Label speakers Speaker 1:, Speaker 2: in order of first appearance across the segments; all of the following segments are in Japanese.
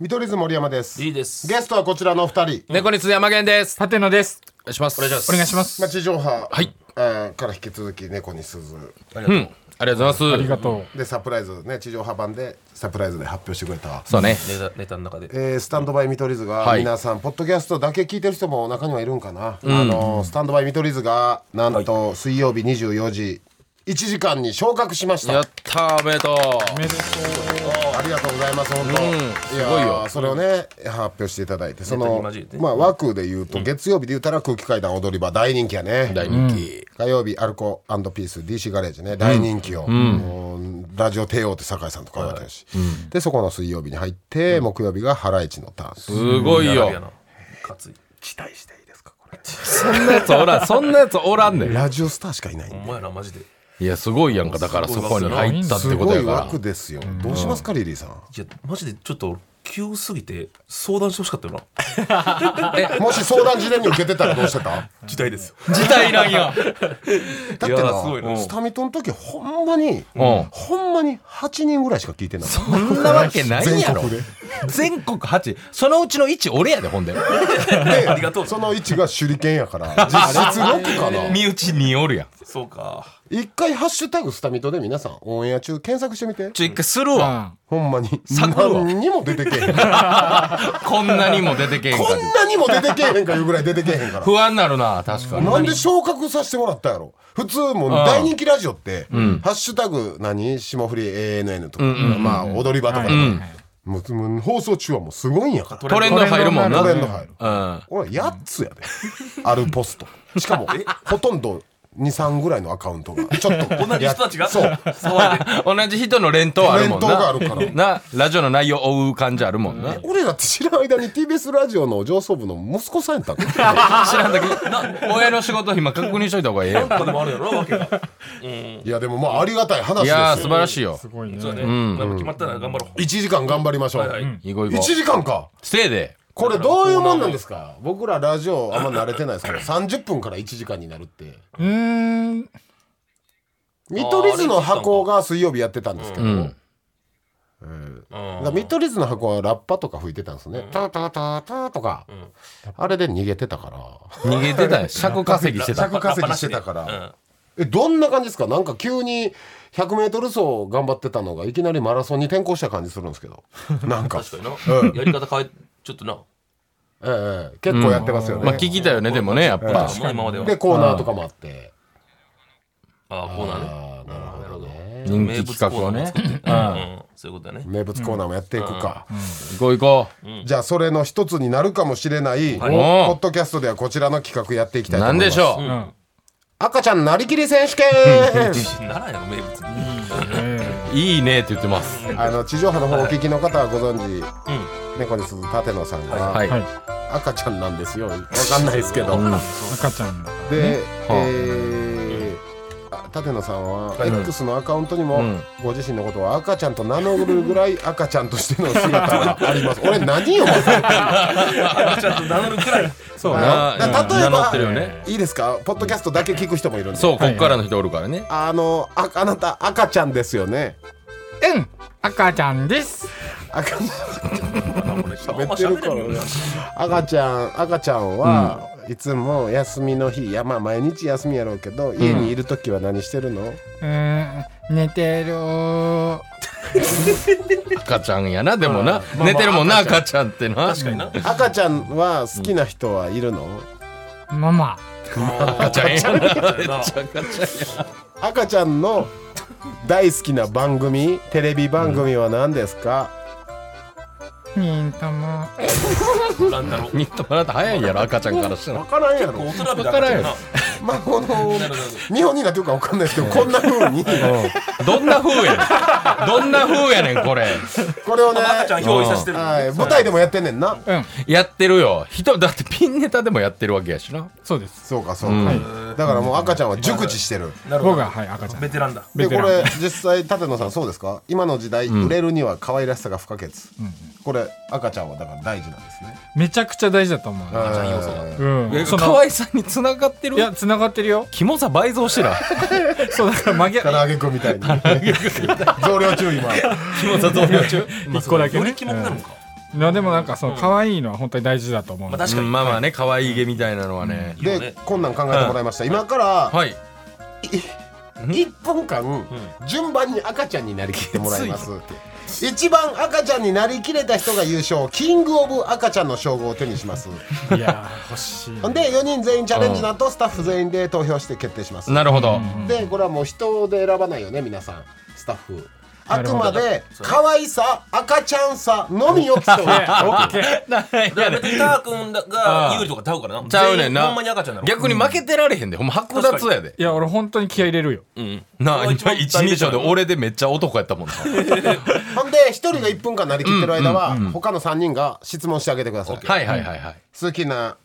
Speaker 1: 見取り図森山です
Speaker 2: いいです
Speaker 1: ゲストはこちらのお二人、
Speaker 2: 猫につ山源です
Speaker 3: ハテナです。
Speaker 2: お願いしますお願いします
Speaker 3: お願いします。
Speaker 1: まあ、地上波、
Speaker 2: はい
Speaker 1: えーから引き続き猫に鈴
Speaker 2: うんありがとうございます
Speaker 3: ありがと
Speaker 1: でサプライズね地上波版でサプライズで発表してくれた、
Speaker 2: そうね
Speaker 4: ネタネタの中で
Speaker 1: えースタンドバイ見取り図が、
Speaker 2: はい
Speaker 1: 皆さんポッドキャストだけ聞いてる人も中にはいるんかな、あのスタンドバイ見取り図がなんと水曜日24時1時間に昇格しました
Speaker 2: やったーおめでと
Speaker 3: う。めでと
Speaker 1: ありがとうございます本当、いやー
Speaker 2: すごいよ
Speaker 1: それをね発表していただいてそ
Speaker 4: ネット
Speaker 1: の
Speaker 4: に交えてね
Speaker 1: まあ枠で言うと月曜日で言うたら空気階段踊り場大人気やね
Speaker 2: う大人気
Speaker 1: 火曜日アルコピース DC ガレージね大人気を、もうラジオ帝王って酒井さんとか言われてるし、でそこの水曜日に入って、木曜日がハライチのターン
Speaker 2: すごいよ
Speaker 4: やなかつい
Speaker 1: 期待していいですかこれ
Speaker 2: そんなやつおらんそんなやつおらんねん
Speaker 1: ラジオスターしかいないんで
Speaker 4: お前らマジで
Speaker 2: いやすごいやんかだからそこに入ったっ
Speaker 1: す
Speaker 2: てこと
Speaker 1: ご
Speaker 2: や
Speaker 1: い
Speaker 2: か
Speaker 1: 枠ですよ、どうしますかリリーさん
Speaker 4: いやマジでちょっと急すぎて相談してほしかったよな
Speaker 1: もし相談事前に受けてたらどうしてた
Speaker 4: 時代 ですよ
Speaker 3: う。事 態なん
Speaker 1: だっ
Speaker 3: や。
Speaker 1: て
Speaker 4: いや
Speaker 1: な
Speaker 4: ーすごいな
Speaker 1: スタミトの時ほんまに、
Speaker 2: らうん
Speaker 1: ほんまに8人ぐらいしか聞いてない
Speaker 2: そんなわけないやろ
Speaker 1: 全国で
Speaker 2: 全国8そのうちの1俺やでほんで
Speaker 1: で
Speaker 4: りがとう
Speaker 1: その位置が手裏剣やから実質ロックかな
Speaker 2: 身内におるやん
Speaker 4: そうか
Speaker 1: 一回「ハッシュタグスタミト」で皆さんオンエア中検索してみて
Speaker 2: ちょ一回するわ
Speaker 1: ほんまに
Speaker 2: 探るわ
Speaker 1: 何にも出てけえへんこん
Speaker 2: こんなにも出てけへんかって
Speaker 1: なにも出てけえへんかいうぐらい出てけえへんから
Speaker 2: 不安になるな確かに
Speaker 1: なんで昇格させてもらったんやろ普通もう大人気ラジオって「ハッシュタグ何霜降り ANN」とか、まあ踊り場とかで、もうもう放送中はもうすごいんやから
Speaker 2: トレンド入るもんな
Speaker 1: トレンド入る
Speaker 2: うん
Speaker 1: 俺8つやであるポストしかもほとんど23ぐらいのアカウントがちょっと
Speaker 4: 同じ人たちが
Speaker 1: そう
Speaker 4: 騒いで
Speaker 2: 同じ人の連投あるもんな
Speaker 1: 連投があるから
Speaker 2: なラジオの内容追う感じあるもんな
Speaker 1: 俺だって知らん間に TBS ラジオの上層部の息子さんやったんか
Speaker 2: 知らんだけ親の仕事今確認しといた方がええ よ
Speaker 4: なんかでもあるやろなわけが
Speaker 1: いやでもまあありがたい話
Speaker 2: い
Speaker 1: で
Speaker 2: やー
Speaker 1: すよ
Speaker 2: 素晴らしいよ
Speaker 3: すごいね。
Speaker 4: そうだねまあ決まったら頑張ろう
Speaker 1: 1時間頑張りましょう、
Speaker 4: はいはい
Speaker 2: 行こう行
Speaker 1: 1
Speaker 2: こう
Speaker 1: 時間か
Speaker 2: せいで
Speaker 1: これどういうもんなんですか僕らラジオあんま慣れてないですから30分から1時間になるって
Speaker 3: うーん。
Speaker 1: 見取り図の箱が水曜日やってたんですけど、
Speaker 2: うん
Speaker 1: だから見取り図の箱はラッパとか吹いてたんですね、タタタタとか、あれで逃げてたから
Speaker 2: 逃げて たよ尺稼ぎしてた
Speaker 1: 尺稼ぎしてたから、えどんな感じですかなんか急に 100m 走頑張ってたのがいきなりマラソンに転向した感じするんですけ どなんか
Speaker 4: 確かになやり方変えちょっとな
Speaker 1: ええええ結構やってますよね、
Speaker 2: まあ聞きたよねでもねやっぱ
Speaker 4: まあ今までは
Speaker 1: でコーナーとかもあって、
Speaker 4: ああコーナーね
Speaker 1: ああなるほど
Speaker 2: 人気企画をね
Speaker 4: うんそういうことだね
Speaker 1: 名物コーナーもやっていくか、
Speaker 2: 行こう行こ
Speaker 1: じゃあそれの一つになるかもしれない、ポ
Speaker 2: い
Speaker 1: ッドキャストではこちらの企画やっていきた
Speaker 2: う
Speaker 1: いと
Speaker 2: な
Speaker 1: 思い
Speaker 2: ん
Speaker 1: ます
Speaker 2: でしょう
Speaker 1: 赤ちゃんなりきり選手 権
Speaker 4: 奈良やろ名物
Speaker 2: いいねって言ってます
Speaker 1: あの地上波の方お聞きの方はご存知、猫に鈴立野さんが、
Speaker 2: はい
Speaker 3: はい。
Speaker 1: 赤ちゃんなんですよわかんないですけど、
Speaker 3: 赤ちゃんだ。
Speaker 1: で、え
Speaker 2: はあ
Speaker 1: ーあ舘野さんは X のアカウントにも
Speaker 2: うん
Speaker 1: ご自身のことを赤ちゃんと名乗るぐらい赤ちゃんとしての姿があり ます俺何よまず
Speaker 4: ちゃんと名乗るくらい
Speaker 3: そう
Speaker 2: な
Speaker 1: だから例え
Speaker 2: 名乗
Speaker 1: ば
Speaker 2: ってるよね
Speaker 1: いいですかポッドキャストだけ聞く人もいるんで
Speaker 2: そうこっからの人おるからね
Speaker 1: あのああなた赤ちゃんですよね
Speaker 3: うん。赤ちゃんです。
Speaker 1: 赤
Speaker 4: 喋
Speaker 1: ってるからね赤ちゃん赤ちゃんは、いつも休みの日いやまあ毎日休みやろうけど家にいる時は何してるの、
Speaker 3: うーん。寝てるー。
Speaker 2: 赤ちゃんやなでもな寝てるもんな赤ちゃんってな
Speaker 4: 確かにな
Speaker 1: 赤ちゃんは好きな人はいるの、
Speaker 3: ママ。
Speaker 2: 赤ちゃんやな
Speaker 4: な
Speaker 1: 赤ちゃんの大好きな番組テレビ番組は何ですか、
Speaker 3: 忍たま。
Speaker 4: なんだろう
Speaker 2: ニットもあなた早いやろ赤ちゃんからしたら
Speaker 1: 分からんやろ
Speaker 4: 大人び
Speaker 2: わからんよ
Speaker 4: な
Speaker 1: まあこの
Speaker 4: なるほ
Speaker 1: 日本になってるか分かんないですけどこんな風に
Speaker 2: どんな風やねんどんな風やねんこれ
Speaker 1: これをね
Speaker 4: ど赤ちゃん憑依させてる
Speaker 1: はい舞台でもやってんねんな
Speaker 3: うん。
Speaker 2: やってるよ人だってピンネタでもやってるわけやしな
Speaker 3: そうです。
Speaker 1: そうかそうか、だからもう赤ちゃんは熟知してる
Speaker 3: 僕がはい赤ちゃん。
Speaker 4: ベテランだ
Speaker 1: で
Speaker 3: ベ
Speaker 1: こ
Speaker 3: テラ
Speaker 1: れ
Speaker 3: ン
Speaker 1: 実際舘野さんそうですか今の時代売れるには可愛らしさが不可欠、これ赤ちゃんはだから大事なんですね
Speaker 3: めちゃくちゃ大事だと思う。
Speaker 1: 赤ちゃん要素
Speaker 3: うん。そ
Speaker 2: 可
Speaker 3: の。
Speaker 2: 愛さにつながってる
Speaker 3: いや繋がってるよ。
Speaker 2: キモさ倍増して な
Speaker 3: そうだから真
Speaker 1: 唐
Speaker 3: 逆。
Speaker 1: 揚げくんみたいに増量注意もある
Speaker 2: キモさ増量中
Speaker 3: 一個だけ
Speaker 4: より
Speaker 3: ね。
Speaker 4: キモくなるのか
Speaker 3: いやでもなんかその可愛いのは本当に大事だと思う
Speaker 4: まあ
Speaker 3: の
Speaker 4: 確か
Speaker 2: う
Speaker 4: に
Speaker 2: んまあまあね可愛いげみたいなのはね、
Speaker 4: いいよ
Speaker 1: で
Speaker 4: ね
Speaker 1: こんなん考えてもらいました今から
Speaker 2: はい
Speaker 1: 1分間順番に赤ちゃんになりきってもらいます一番赤ちゃんになりきれた人が優勝キングオブ赤ちゃんの称号を手にします
Speaker 3: いやー欲しい
Speaker 1: ほんで4人全員チャレンジなとスタッフ全員で投票して決定します
Speaker 2: なるほど、
Speaker 1: でこれはもう人で選ばないよね皆さんスタッフあ
Speaker 3: なる
Speaker 1: く
Speaker 3: ほど
Speaker 1: まで可愛さ赤ちゃんさのみを競う
Speaker 4: だか
Speaker 2: いや
Speaker 4: ら別にター君だが有利とかちゃうからな
Speaker 2: ちゃうねん
Speaker 4: 全員
Speaker 2: な
Speaker 4: ほんまに赤ちゃんなの
Speaker 2: 逆に負けてられへんでほんま剥奪やで
Speaker 3: いや俺本当に気合い入れるよ
Speaker 4: うん
Speaker 2: なあ
Speaker 4: それが一
Speaker 2: 今
Speaker 4: 番
Speaker 2: 一人称で俺でめっちゃ男やったもんな
Speaker 1: ほんで1人が1分間なりきってる間は他の3人が質問してあげてください
Speaker 2: はいはいはいはい
Speaker 1: 好きな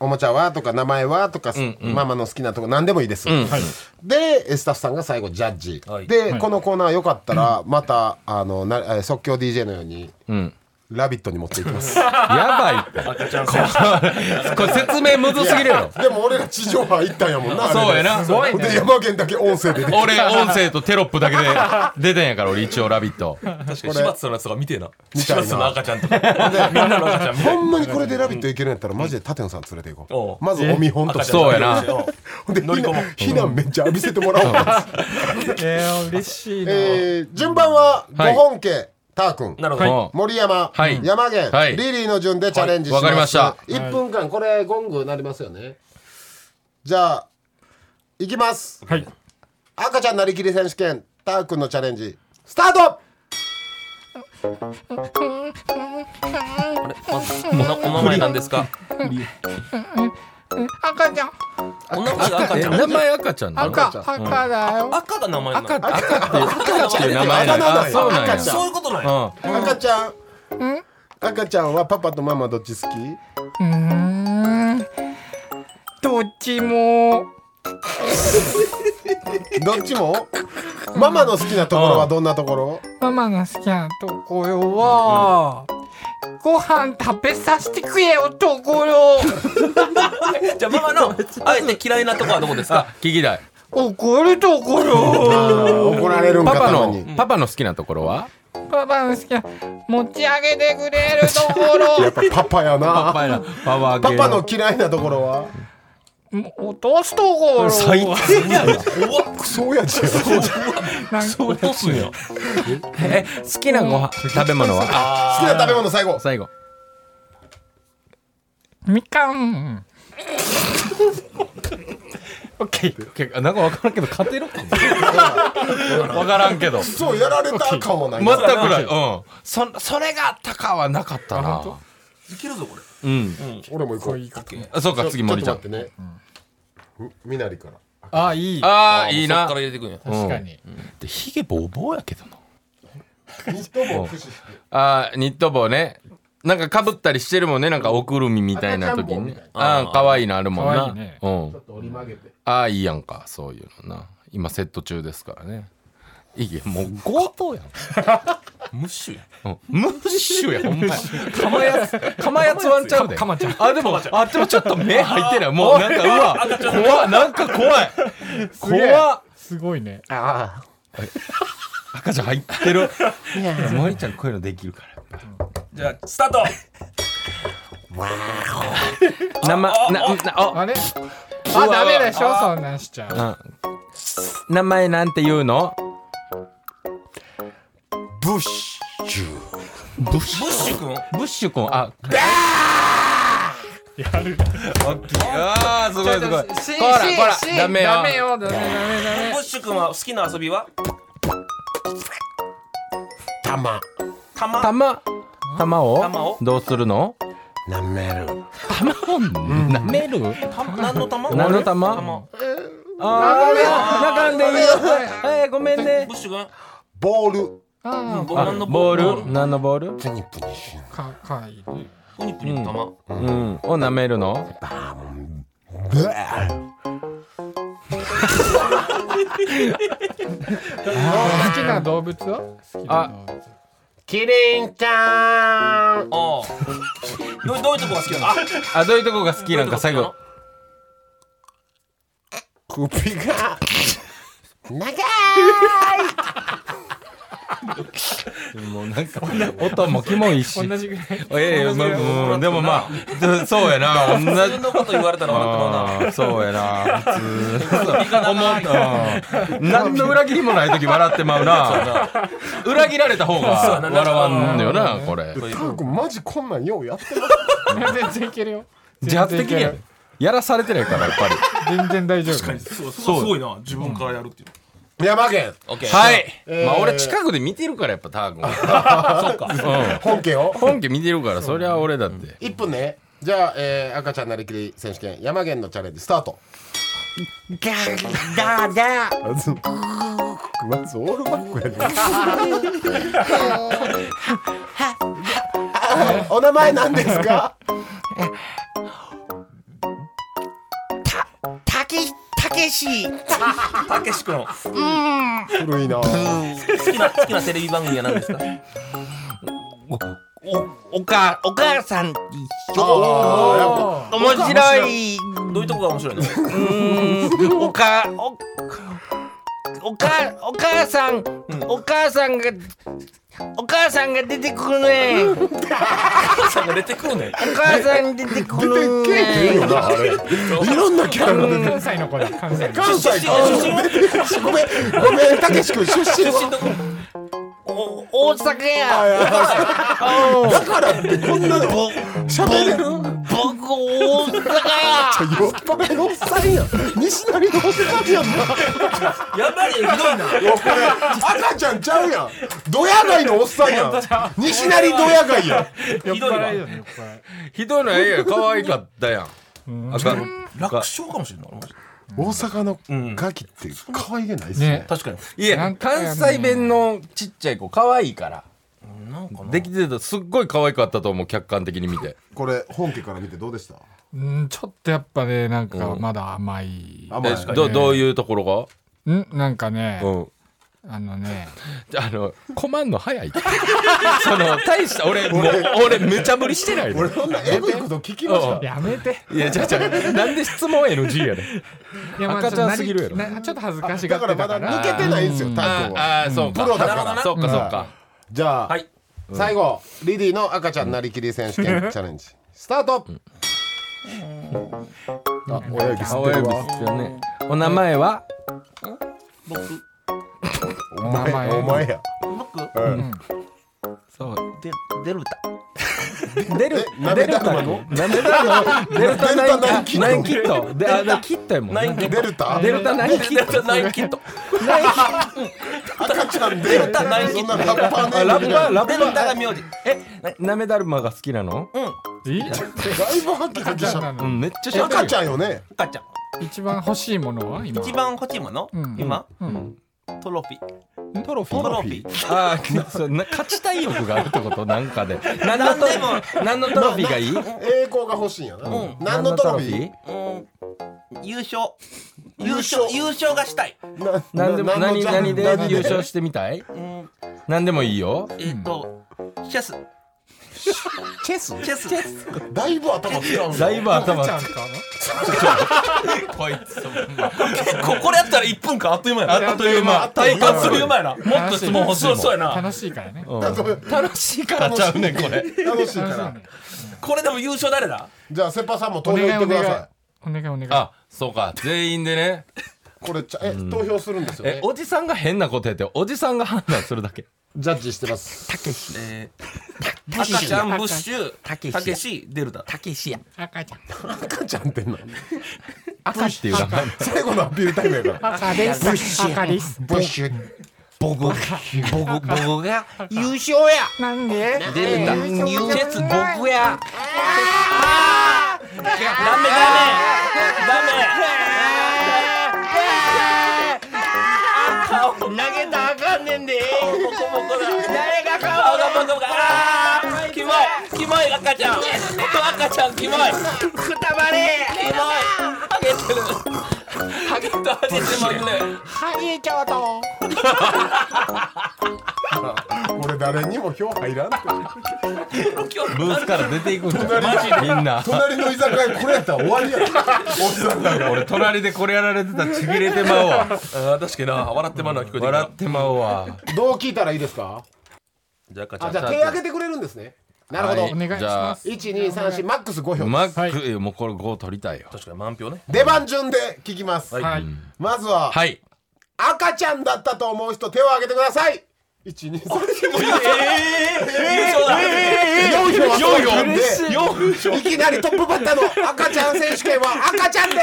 Speaker 1: おもちゃはとか名前はとか、ママの好きなとこ何でもいいです、でえスタッフさんが最後ジャッジ、
Speaker 4: はい
Speaker 1: で、このコーナーよかったらまたあのなえ即興 DJ のように
Speaker 2: うん
Speaker 1: 「ラビット!」に持っていきます
Speaker 2: やばい
Speaker 4: 赤ちゃんさ
Speaker 2: ってこれ説明むずすぎるやろ
Speaker 1: でも俺ら地上波行ったんやもんな
Speaker 2: そうやな
Speaker 1: あれでで山県だけ音声で出て こ
Speaker 2: 俺音声とテロップだけで出てんやから俺一応「ラビット!」
Speaker 4: 確かに柴田さんのやつが見てえな
Speaker 1: 見たいな
Speaker 4: 柴田さんの赤ちゃんとかみんなの赤ちゃんみたい
Speaker 1: ほんまにこれで「ラビット!」いけるんやったらマジで舘野さん連れて行こ
Speaker 4: お
Speaker 1: う
Speaker 4: う
Speaker 1: まずお見本と
Speaker 4: な
Speaker 1: して
Speaker 2: そうやな
Speaker 1: ほんで
Speaker 4: 乗り込もう
Speaker 1: 避難避難めっちゃ浴びせてもらおうか
Speaker 3: えー嬉しいな
Speaker 1: えー順番は五本家、ター君
Speaker 4: なるほ
Speaker 2: はい
Speaker 4: ど
Speaker 2: お
Speaker 1: 森山、
Speaker 2: はい
Speaker 1: 山源、
Speaker 2: はい
Speaker 1: リリーの順でチャレンジします。
Speaker 2: はいわか
Speaker 1: りました。1分間、これ、ゴングなりますよね。じゃあ、いきます。
Speaker 3: はい
Speaker 1: 赤ちゃんなりきり選手権、ター君のチャレンジ、スタート
Speaker 4: あれまずおなお名前なんですか
Speaker 5: 赤ちゃん
Speaker 4: お名前が赤ちゃん
Speaker 2: 名前赤ちゃんなの
Speaker 5: 赤赤だよ
Speaker 4: 赤が名前なの
Speaker 2: 赤って赤っていう名前
Speaker 1: 赤な
Speaker 2: な
Speaker 1: のよ
Speaker 2: のあそうなんや
Speaker 1: 赤ちゃん
Speaker 4: そういうことなんや
Speaker 2: う
Speaker 1: 赤ちゃん。赤ちゃんはパパとママどっち好き
Speaker 5: うーんどっちも
Speaker 1: どっちもママの好きなところはどんなところ
Speaker 5: ママが好きなところは、ご飯食べさせてくれよところ
Speaker 4: じゃあママのあえて嫌いなとこはどこです
Speaker 2: ん
Speaker 4: か
Speaker 2: あ聞きたい
Speaker 5: 怒るとこ ろ
Speaker 1: 怒られるんか
Speaker 2: パパ
Speaker 1: たま
Speaker 2: の
Speaker 1: に。
Speaker 2: パパの好きなところは
Speaker 5: パパの好きな持ち上げてくれるとこ
Speaker 1: やっ
Speaker 5: ろ
Speaker 1: ぱパパや
Speaker 2: パ
Speaker 1: な。
Speaker 2: パやパワー
Speaker 1: パ
Speaker 2: 系
Speaker 1: パの嫌いなところは
Speaker 5: 落とすところ
Speaker 4: 最低やろ怖っ
Speaker 1: クソ親父や。
Speaker 5: なんか
Speaker 4: 落とすんや
Speaker 2: え好きなご飯食べ物はあ
Speaker 1: 好きな食べ物最後。
Speaker 2: 最後
Speaker 5: みかん
Speaker 2: オッケーなんか分からんけど勝てる分からんけど全
Speaker 1: そうやられた感はない。
Speaker 2: くないうんそそれがあったかはなかったない
Speaker 4: けるぞこれ
Speaker 2: うん
Speaker 1: 俺も行こう。
Speaker 2: あそうか次森ちゃん
Speaker 1: ょっと待ってね。みなりから。
Speaker 3: あいい
Speaker 2: ああいい
Speaker 4: そ
Speaker 2: な
Speaker 4: っから入れていくんや
Speaker 3: 確かに
Speaker 2: でヒゲボーボーやけどな
Speaker 1: ニット帽駆使して。
Speaker 2: あーニット帽ねなんかかぶったりしてるもんねなんかおくるみみたいな時
Speaker 1: 赤ち
Speaker 2: に
Speaker 1: ゃん帽みたい
Speaker 2: ねああかわいいのあるもんな
Speaker 3: 可愛いね
Speaker 2: うん
Speaker 1: 折り曲げて。
Speaker 2: ああいいやんかそういうのな今セット中ですからねいいやもう強盗やん
Speaker 4: ムッシュや
Speaker 2: うんムッシュやほんまやかまやつかまやつワンちゃうで
Speaker 3: かかまちゃん
Speaker 2: あでもあでもちょっと目入ってないもうなんかうわ怖っなんか怖い怖っ
Speaker 3: すごいね
Speaker 1: ああ。
Speaker 2: 赤ちゃん入ってる森ちゃんこういうのできるから
Speaker 4: じゃあスタート
Speaker 2: 生ななお
Speaker 3: あれあダメでしょそんなんしちゃう
Speaker 2: 名前なんて言うの
Speaker 1: ブッシュ。
Speaker 2: ブッシ
Speaker 4: ムッシュ君
Speaker 2: ブッシュ君あダーやるオッケーあーすごいすごい
Speaker 5: し
Speaker 2: こら
Speaker 5: し
Speaker 2: こら
Speaker 5: し
Speaker 2: ダメよ
Speaker 5: ダメよダメダメダメ
Speaker 4: ムッシュ君は好きな遊びは
Speaker 1: たま。
Speaker 4: 玉
Speaker 2: 玉玉を
Speaker 4: 玉を
Speaker 2: どうするの
Speaker 1: なめる。
Speaker 2: 玉を舐める、
Speaker 4: 玉何の玉
Speaker 2: 何の玉あー中んでいいよはいごめんね
Speaker 4: ムッシュ君
Speaker 1: ボール。
Speaker 5: あー
Speaker 4: ボ
Speaker 2: あ
Speaker 4: ールの
Speaker 2: ボール何のボール
Speaker 1: プニプニしな
Speaker 3: かかわいい
Speaker 4: プニプニの玉
Speaker 2: うんを舐めるの
Speaker 1: ブー
Speaker 3: 好きな動物は好きな動物
Speaker 1: キリンちゃん。
Speaker 4: ああどうどういうとこが好きなのあ
Speaker 2: あどういうとこが好きなんか最後
Speaker 1: 首が。長い。
Speaker 2: もうなんか音もキモいし
Speaker 3: 同じぐらい。
Speaker 2: ええ
Speaker 3: 同じぐらい
Speaker 2: まうんでもまあ そうやな
Speaker 4: 普
Speaker 2: 同じ
Speaker 4: 通のこと言われたら笑ってもうな。
Speaker 2: あーそうやな普通思うん何の裏切りもない時笑ってまうな 裏切られた方が
Speaker 4: そうやな
Speaker 2: 笑わんのよなこれ
Speaker 1: ター君マジこんなんようやってます
Speaker 3: 全然いけるよ。
Speaker 2: 自発的にややらされてないからやっぱり
Speaker 3: 全然大丈夫。
Speaker 4: そうそうすごいな自分からやるっていう。
Speaker 1: 山県
Speaker 4: オッケー。。
Speaker 2: はいい、まあ俺近くで見てるからやっぱター君 は
Speaker 4: そうか。
Speaker 1: 本家を
Speaker 2: 本家見てるからそりゃ俺だって
Speaker 1: 1分ねじゃあ、えー、赤ちゃんなりきり選手権山県のチャレンジスタートまずまずオールバックやねお名前なんですか
Speaker 6: たけ、たけし。
Speaker 4: たけし君の好
Speaker 1: 古いな
Speaker 4: きな好きなテレビ番組は何ですか。
Speaker 6: お、おか、お母さん。
Speaker 1: あ
Speaker 6: 面白い。
Speaker 4: どういうとこが面白いの。
Speaker 6: おか、お。おか、お母さん、お母さんが。お母さんが出てくるね。お
Speaker 4: さんが出てくるね。
Speaker 6: 母さん出てくる
Speaker 1: ーいい
Speaker 6: ね。
Speaker 1: よなあれいろんなキャラが出て
Speaker 3: 関西の子だ。関西の子。
Speaker 1: 関西かごめんごめんたけし君出身は
Speaker 6: お、大阪や。
Speaker 1: だからってこんなの喋れる
Speaker 6: 僕、大阪や。
Speaker 1: 酔っ払いのおっさんやん西成のおっさんやんな
Speaker 4: やばいひどいな。
Speaker 1: いやこれ赤ちゃんちゃうやんドヤ街のおっさんやん西成ドヤ街やん
Speaker 3: 酔っ
Speaker 4: ひどいな
Speaker 3: 払いよね。酔っ払い。
Speaker 2: ひどいのええやん可愛かったやんあかん
Speaker 4: 楽勝かもしれないマジで。
Speaker 1: 大阪のガキって可愛げないっすね
Speaker 3: ね
Speaker 4: 確かに。
Speaker 2: いや関西弁のちっちゃい子可愛いから
Speaker 4: なんかな。
Speaker 2: できてたすっごい可愛かったと思う客観的に見て
Speaker 1: これ本家から見てどうでした
Speaker 3: うん、ちょっとやっぱね、なんかまだ甘い。
Speaker 1: 甘い
Speaker 2: えどどういうところ
Speaker 3: んなんかね
Speaker 2: が、、うん
Speaker 3: あのね、
Speaker 2: あの、困んの早いって。 その、大した、俺、もう、俺、無茶ぶりしてないで。
Speaker 1: 俺そんなエグいこと聞きました
Speaker 3: やめて。
Speaker 2: いや、じゃじゃなんで質問 NG やねん。
Speaker 3: いやまあ
Speaker 2: 赤ちゃんすぎるやろ
Speaker 3: ちょっとなちょっと恥ずかしが
Speaker 1: だ
Speaker 3: っ
Speaker 1: か
Speaker 3: て
Speaker 1: ら
Speaker 3: た
Speaker 1: ま
Speaker 3: か
Speaker 1: だ
Speaker 3: ら。
Speaker 1: 抜けてないんすよタンコは
Speaker 2: ああ、そうか。
Speaker 1: プロだから
Speaker 2: なるほどなそうか、そう
Speaker 1: は
Speaker 2: か。
Speaker 1: じゃあ、
Speaker 4: はい
Speaker 1: 最後リディの赤ちゃんなりきり選手権チャレンジスタート、あ親指吸ってるわ
Speaker 2: ね。お名前は
Speaker 4: 僕
Speaker 1: お
Speaker 3: 名前
Speaker 1: 前お前や
Speaker 4: 僕
Speaker 1: うん
Speaker 2: そう。
Speaker 6: で、デルタ。
Speaker 2: 出る
Speaker 1: え、なめだるまの
Speaker 2: なめだろう。デルタナイン
Speaker 1: ナイン
Speaker 2: キ
Speaker 1: キ
Speaker 2: ッ
Speaker 1: ッ
Speaker 2: ト。
Speaker 1: ト
Speaker 2: ナインキット。で、あ、でキットやもん
Speaker 4: ナイン
Speaker 2: ね。
Speaker 4: キッ
Speaker 1: デルタ
Speaker 2: デルタナインキット。
Speaker 4: ト。ナインキット。
Speaker 1: 赤ちゃんデルタ
Speaker 4: ナイン
Speaker 1: そんなラッパー
Speaker 2: あ、
Speaker 1: ネー
Speaker 2: ラ
Speaker 1: ムみ
Speaker 2: ッ
Speaker 1: たいな
Speaker 2: パー、ラッ
Speaker 4: デ
Speaker 2: パ
Speaker 4: ルタ
Speaker 2: ー。
Speaker 4: が名字。
Speaker 2: え、なめだるまが好きなの
Speaker 3: え
Speaker 1: だいぶハキハキし
Speaker 3: 赤ちゃん
Speaker 1: た
Speaker 3: な
Speaker 2: う
Speaker 3: の
Speaker 2: ん、めっちゃしゃ
Speaker 1: 赤ち
Speaker 2: ゃ
Speaker 1: ゃんよね
Speaker 4: 赤ちゃん。
Speaker 3: 一番欲しいものは今。
Speaker 4: 一番欲しいもの
Speaker 3: うん。
Speaker 4: 今
Speaker 3: うん。
Speaker 4: トロフィー。
Speaker 2: トロフィー。
Speaker 4: トロフィー。
Speaker 2: ああ、そうな勝ちたい欲があるってことなんかで。何の
Speaker 4: なん
Speaker 2: ト
Speaker 4: でも
Speaker 2: 何のトロフィーがいい？
Speaker 1: 栄光が欲しいんやな、
Speaker 4: うん
Speaker 1: 何のトロフィー
Speaker 4: うん優勝優勝優勝がしたい。
Speaker 2: 何でも
Speaker 1: なの
Speaker 2: 何
Speaker 1: ジャン
Speaker 2: 何で
Speaker 1: 何
Speaker 2: 優勝してみたい？
Speaker 4: うん
Speaker 2: 何でもいいよ。
Speaker 4: えっとチェス
Speaker 1: チェス
Speaker 4: チェスチェス
Speaker 1: だいぶ頭使う
Speaker 2: だいぶ頭
Speaker 3: 赤ちゃんかな
Speaker 2: こいつ。
Speaker 4: 結構これやったら一分間あっという間やな。
Speaker 2: あっという間。体
Speaker 4: あ
Speaker 2: 感
Speaker 4: っ
Speaker 2: す
Speaker 4: と
Speaker 2: る
Speaker 4: いう
Speaker 2: よ。
Speaker 4: 間やな。もっと質問欲しいもん。そうやな。
Speaker 3: 楽しいからね。
Speaker 2: 楽しい からちゃうねんこれ。
Speaker 1: 楽しいから
Speaker 4: これでも優勝誰だ？
Speaker 1: じゃあセッパさんも
Speaker 3: お
Speaker 1: 投票
Speaker 3: 願い
Speaker 1: 行って
Speaker 3: お
Speaker 1: く
Speaker 3: 願
Speaker 1: だ
Speaker 3: い
Speaker 1: さ。
Speaker 3: お願いお願い。
Speaker 2: あ、そうか。全員でね。
Speaker 1: いこれちゃえ投票するんですよ
Speaker 2: え
Speaker 1: ね、
Speaker 2: おじさんが変なことやって、おじさんが判断するだけ。
Speaker 1: ジャッジしてます
Speaker 4: えー赤ちゃんブッシュたけしデルタ。
Speaker 6: たけしや。
Speaker 3: 赤ちゃん。
Speaker 1: 赤 ちゃんってな
Speaker 2: 赤っていう名前。
Speaker 1: 最後のアピールタイムや から
Speaker 3: 赤です。赤です。
Speaker 1: ブッシュ
Speaker 6: 僕が、僕、僕が優勝や。
Speaker 3: なんで
Speaker 6: デルタ。優勝、僕や。
Speaker 4: ダメダメ
Speaker 6: 投げたらあかんねん で。
Speaker 4: ダメ。ボコボコだ。
Speaker 6: 誰が
Speaker 4: 顔が
Speaker 6: 顔を
Speaker 4: ボコボコあーキモいキモい赤ちゃん赤ちゃんキモい
Speaker 6: くたばれ。
Speaker 4: キモいハゲてるハゲとハゲてますね
Speaker 3: ハゲちゃうと。
Speaker 1: 俺誰にも票入らんって
Speaker 2: ブースから出ていくんじゃ
Speaker 1: 隣
Speaker 2: ん。みんな。
Speaker 1: 隣の居酒屋これやったら終わりやろおっさんだから
Speaker 2: 俺隣でこれやられてたらちぎれてまうわ。
Speaker 4: あー確かにな笑ってまうのは聞こえてきた
Speaker 2: 笑ってまうわ。
Speaker 1: どう聞いたらいいですか
Speaker 2: じゃあ赤ちゃ
Speaker 1: あ
Speaker 2: ん
Speaker 1: じゃあ手挙げてくれるんですねなるほ
Speaker 2: はい
Speaker 3: お
Speaker 1: ど
Speaker 3: 願いします。
Speaker 1: 一二三四マックス五票
Speaker 2: うまく、
Speaker 3: はい
Speaker 2: いやもうこれ5取りたいよ
Speaker 4: 確かに満票ね
Speaker 1: 出番順で聞きます
Speaker 3: はい。
Speaker 1: まずは
Speaker 2: はい
Speaker 1: 赤ちゃんだったと思う人手を挙げてください一二三四五
Speaker 4: ええ
Speaker 1: 4票はそうなんで
Speaker 4: え4票
Speaker 1: いきなりトップバッターの赤ちゃん選手権は赤ちゃんで
Speaker 2: ち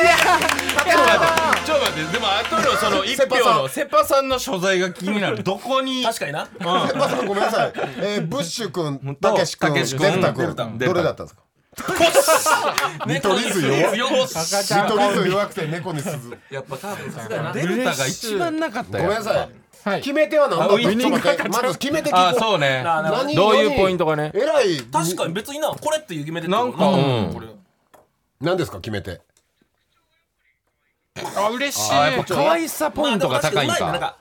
Speaker 2: ょっと待ってでもあとのその
Speaker 1: セ
Speaker 2: 1
Speaker 1: ッパさん
Speaker 2: 票のセパさんの所在が気になるどこに
Speaker 4: 確かにな
Speaker 1: まさかごめんなさい、えー、ブッシュ君、たけし君、
Speaker 2: た
Speaker 1: デ
Speaker 2: けし君
Speaker 1: ルタ
Speaker 2: デルタ
Speaker 1: 君、どれだったんですか
Speaker 4: 見取り図よ
Speaker 3: 赤
Speaker 1: 見
Speaker 3: ちゃんコ
Speaker 1: 取り
Speaker 3: ン
Speaker 1: 図
Speaker 3: ビ。
Speaker 1: 弱くて猫に鈴
Speaker 4: やっぱ多分さすがやな
Speaker 2: デルタが一番なかっ
Speaker 1: ご
Speaker 2: た
Speaker 1: めん
Speaker 2: よ
Speaker 1: なさい、
Speaker 3: はい
Speaker 1: 決め手は何だった
Speaker 2: あウイニング
Speaker 1: ちょっと待ってまず決め手
Speaker 2: あ
Speaker 1: 聞こ
Speaker 2: そうね
Speaker 4: なあなあ
Speaker 1: 何
Speaker 2: どういうポイントがね
Speaker 1: うえらい
Speaker 4: 確かに別になこれっていう決めて
Speaker 2: なんかうん
Speaker 4: これ
Speaker 1: 何ですか決め手
Speaker 3: あ、嬉しい。
Speaker 2: あやっぱ可愛さポイントが高いん
Speaker 4: まあでも確にうまな
Speaker 2: か
Speaker 4: んか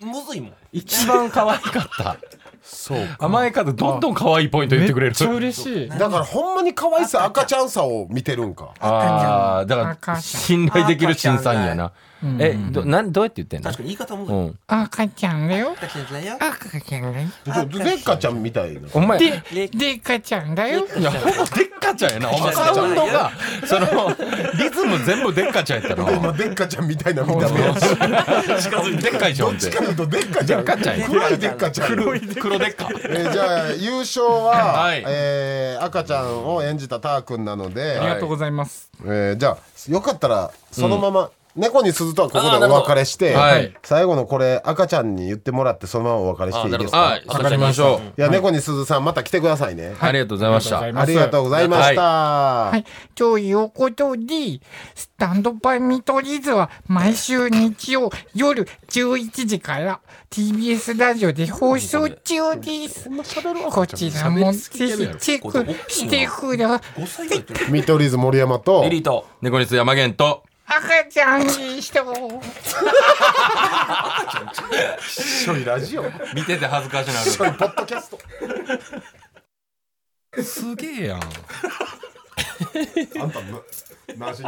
Speaker 4: むずいもん
Speaker 2: 一番可愛かった。そう。甘え方どんどん可愛いポイント言ってくれ
Speaker 3: めっ
Speaker 2: る。
Speaker 3: ちゃ嬉しい。
Speaker 1: だからほんまに可愛さ赤ちゃんさを見てるんか
Speaker 2: ああ、だから
Speaker 3: 赤ちゃん
Speaker 2: 信頼できる新さんやな。え、ど、なん、どうやって言ってんの
Speaker 4: 確かに言い方むず
Speaker 2: う
Speaker 4: い
Speaker 2: ん。
Speaker 5: 赤ちゃんだよ。
Speaker 4: 確かにね
Speaker 5: 赤ちゃんだよ。
Speaker 1: でっかちゃんみたいな
Speaker 2: お前、い
Speaker 5: で、でっかちゃんだよ。
Speaker 2: や、ほぼでっかちゃんや な。お前、サ
Speaker 4: 赤ちゃん
Speaker 2: ウンドが、その、リズム全部でっかちゃんやった
Speaker 1: 今
Speaker 2: な。
Speaker 1: でっかちゃんみたいな見た目やし
Speaker 2: でっかいじゃんって。
Speaker 1: 近いとでっかちゃん
Speaker 2: でっかちゃんや
Speaker 1: 黒いでっかちゃん黒い
Speaker 2: 黒でっか。
Speaker 1: えーじゃあ優勝は、
Speaker 2: はい
Speaker 1: えー赤ちゃんを演じたターくんなので、
Speaker 3: ありがとうございます。
Speaker 1: えーじゃあよかったらそのまま、猫に鈴とはここでお別れして、
Speaker 2: あーなるほどはい
Speaker 1: 最後のこれ赤ちゃんに言ってもらってそのままお別れしていいですか
Speaker 2: はい、わかりましょう。
Speaker 1: いや、猫に鈴さんまた来てくださいね、
Speaker 2: ありがとうございました。
Speaker 1: ありがとうございました、
Speaker 5: はい。ということで、スタンドバイ見取り図は毎週日曜夜11時から TBS ラジオで放送中です。こちらもぜひチェックしてください。
Speaker 4: 5歳ぐらい言ってる
Speaker 1: 見取り図森山と
Speaker 4: エリート
Speaker 2: 猫につ山源と、
Speaker 5: 赤ちゃんいい人。
Speaker 1: 一緒にラジオ一
Speaker 2: 見てて恥ずかしなる。
Speaker 1: 緒にポッドキャスト
Speaker 2: すげえや
Speaker 1: あ
Speaker 2: ん。
Speaker 1: んたな何し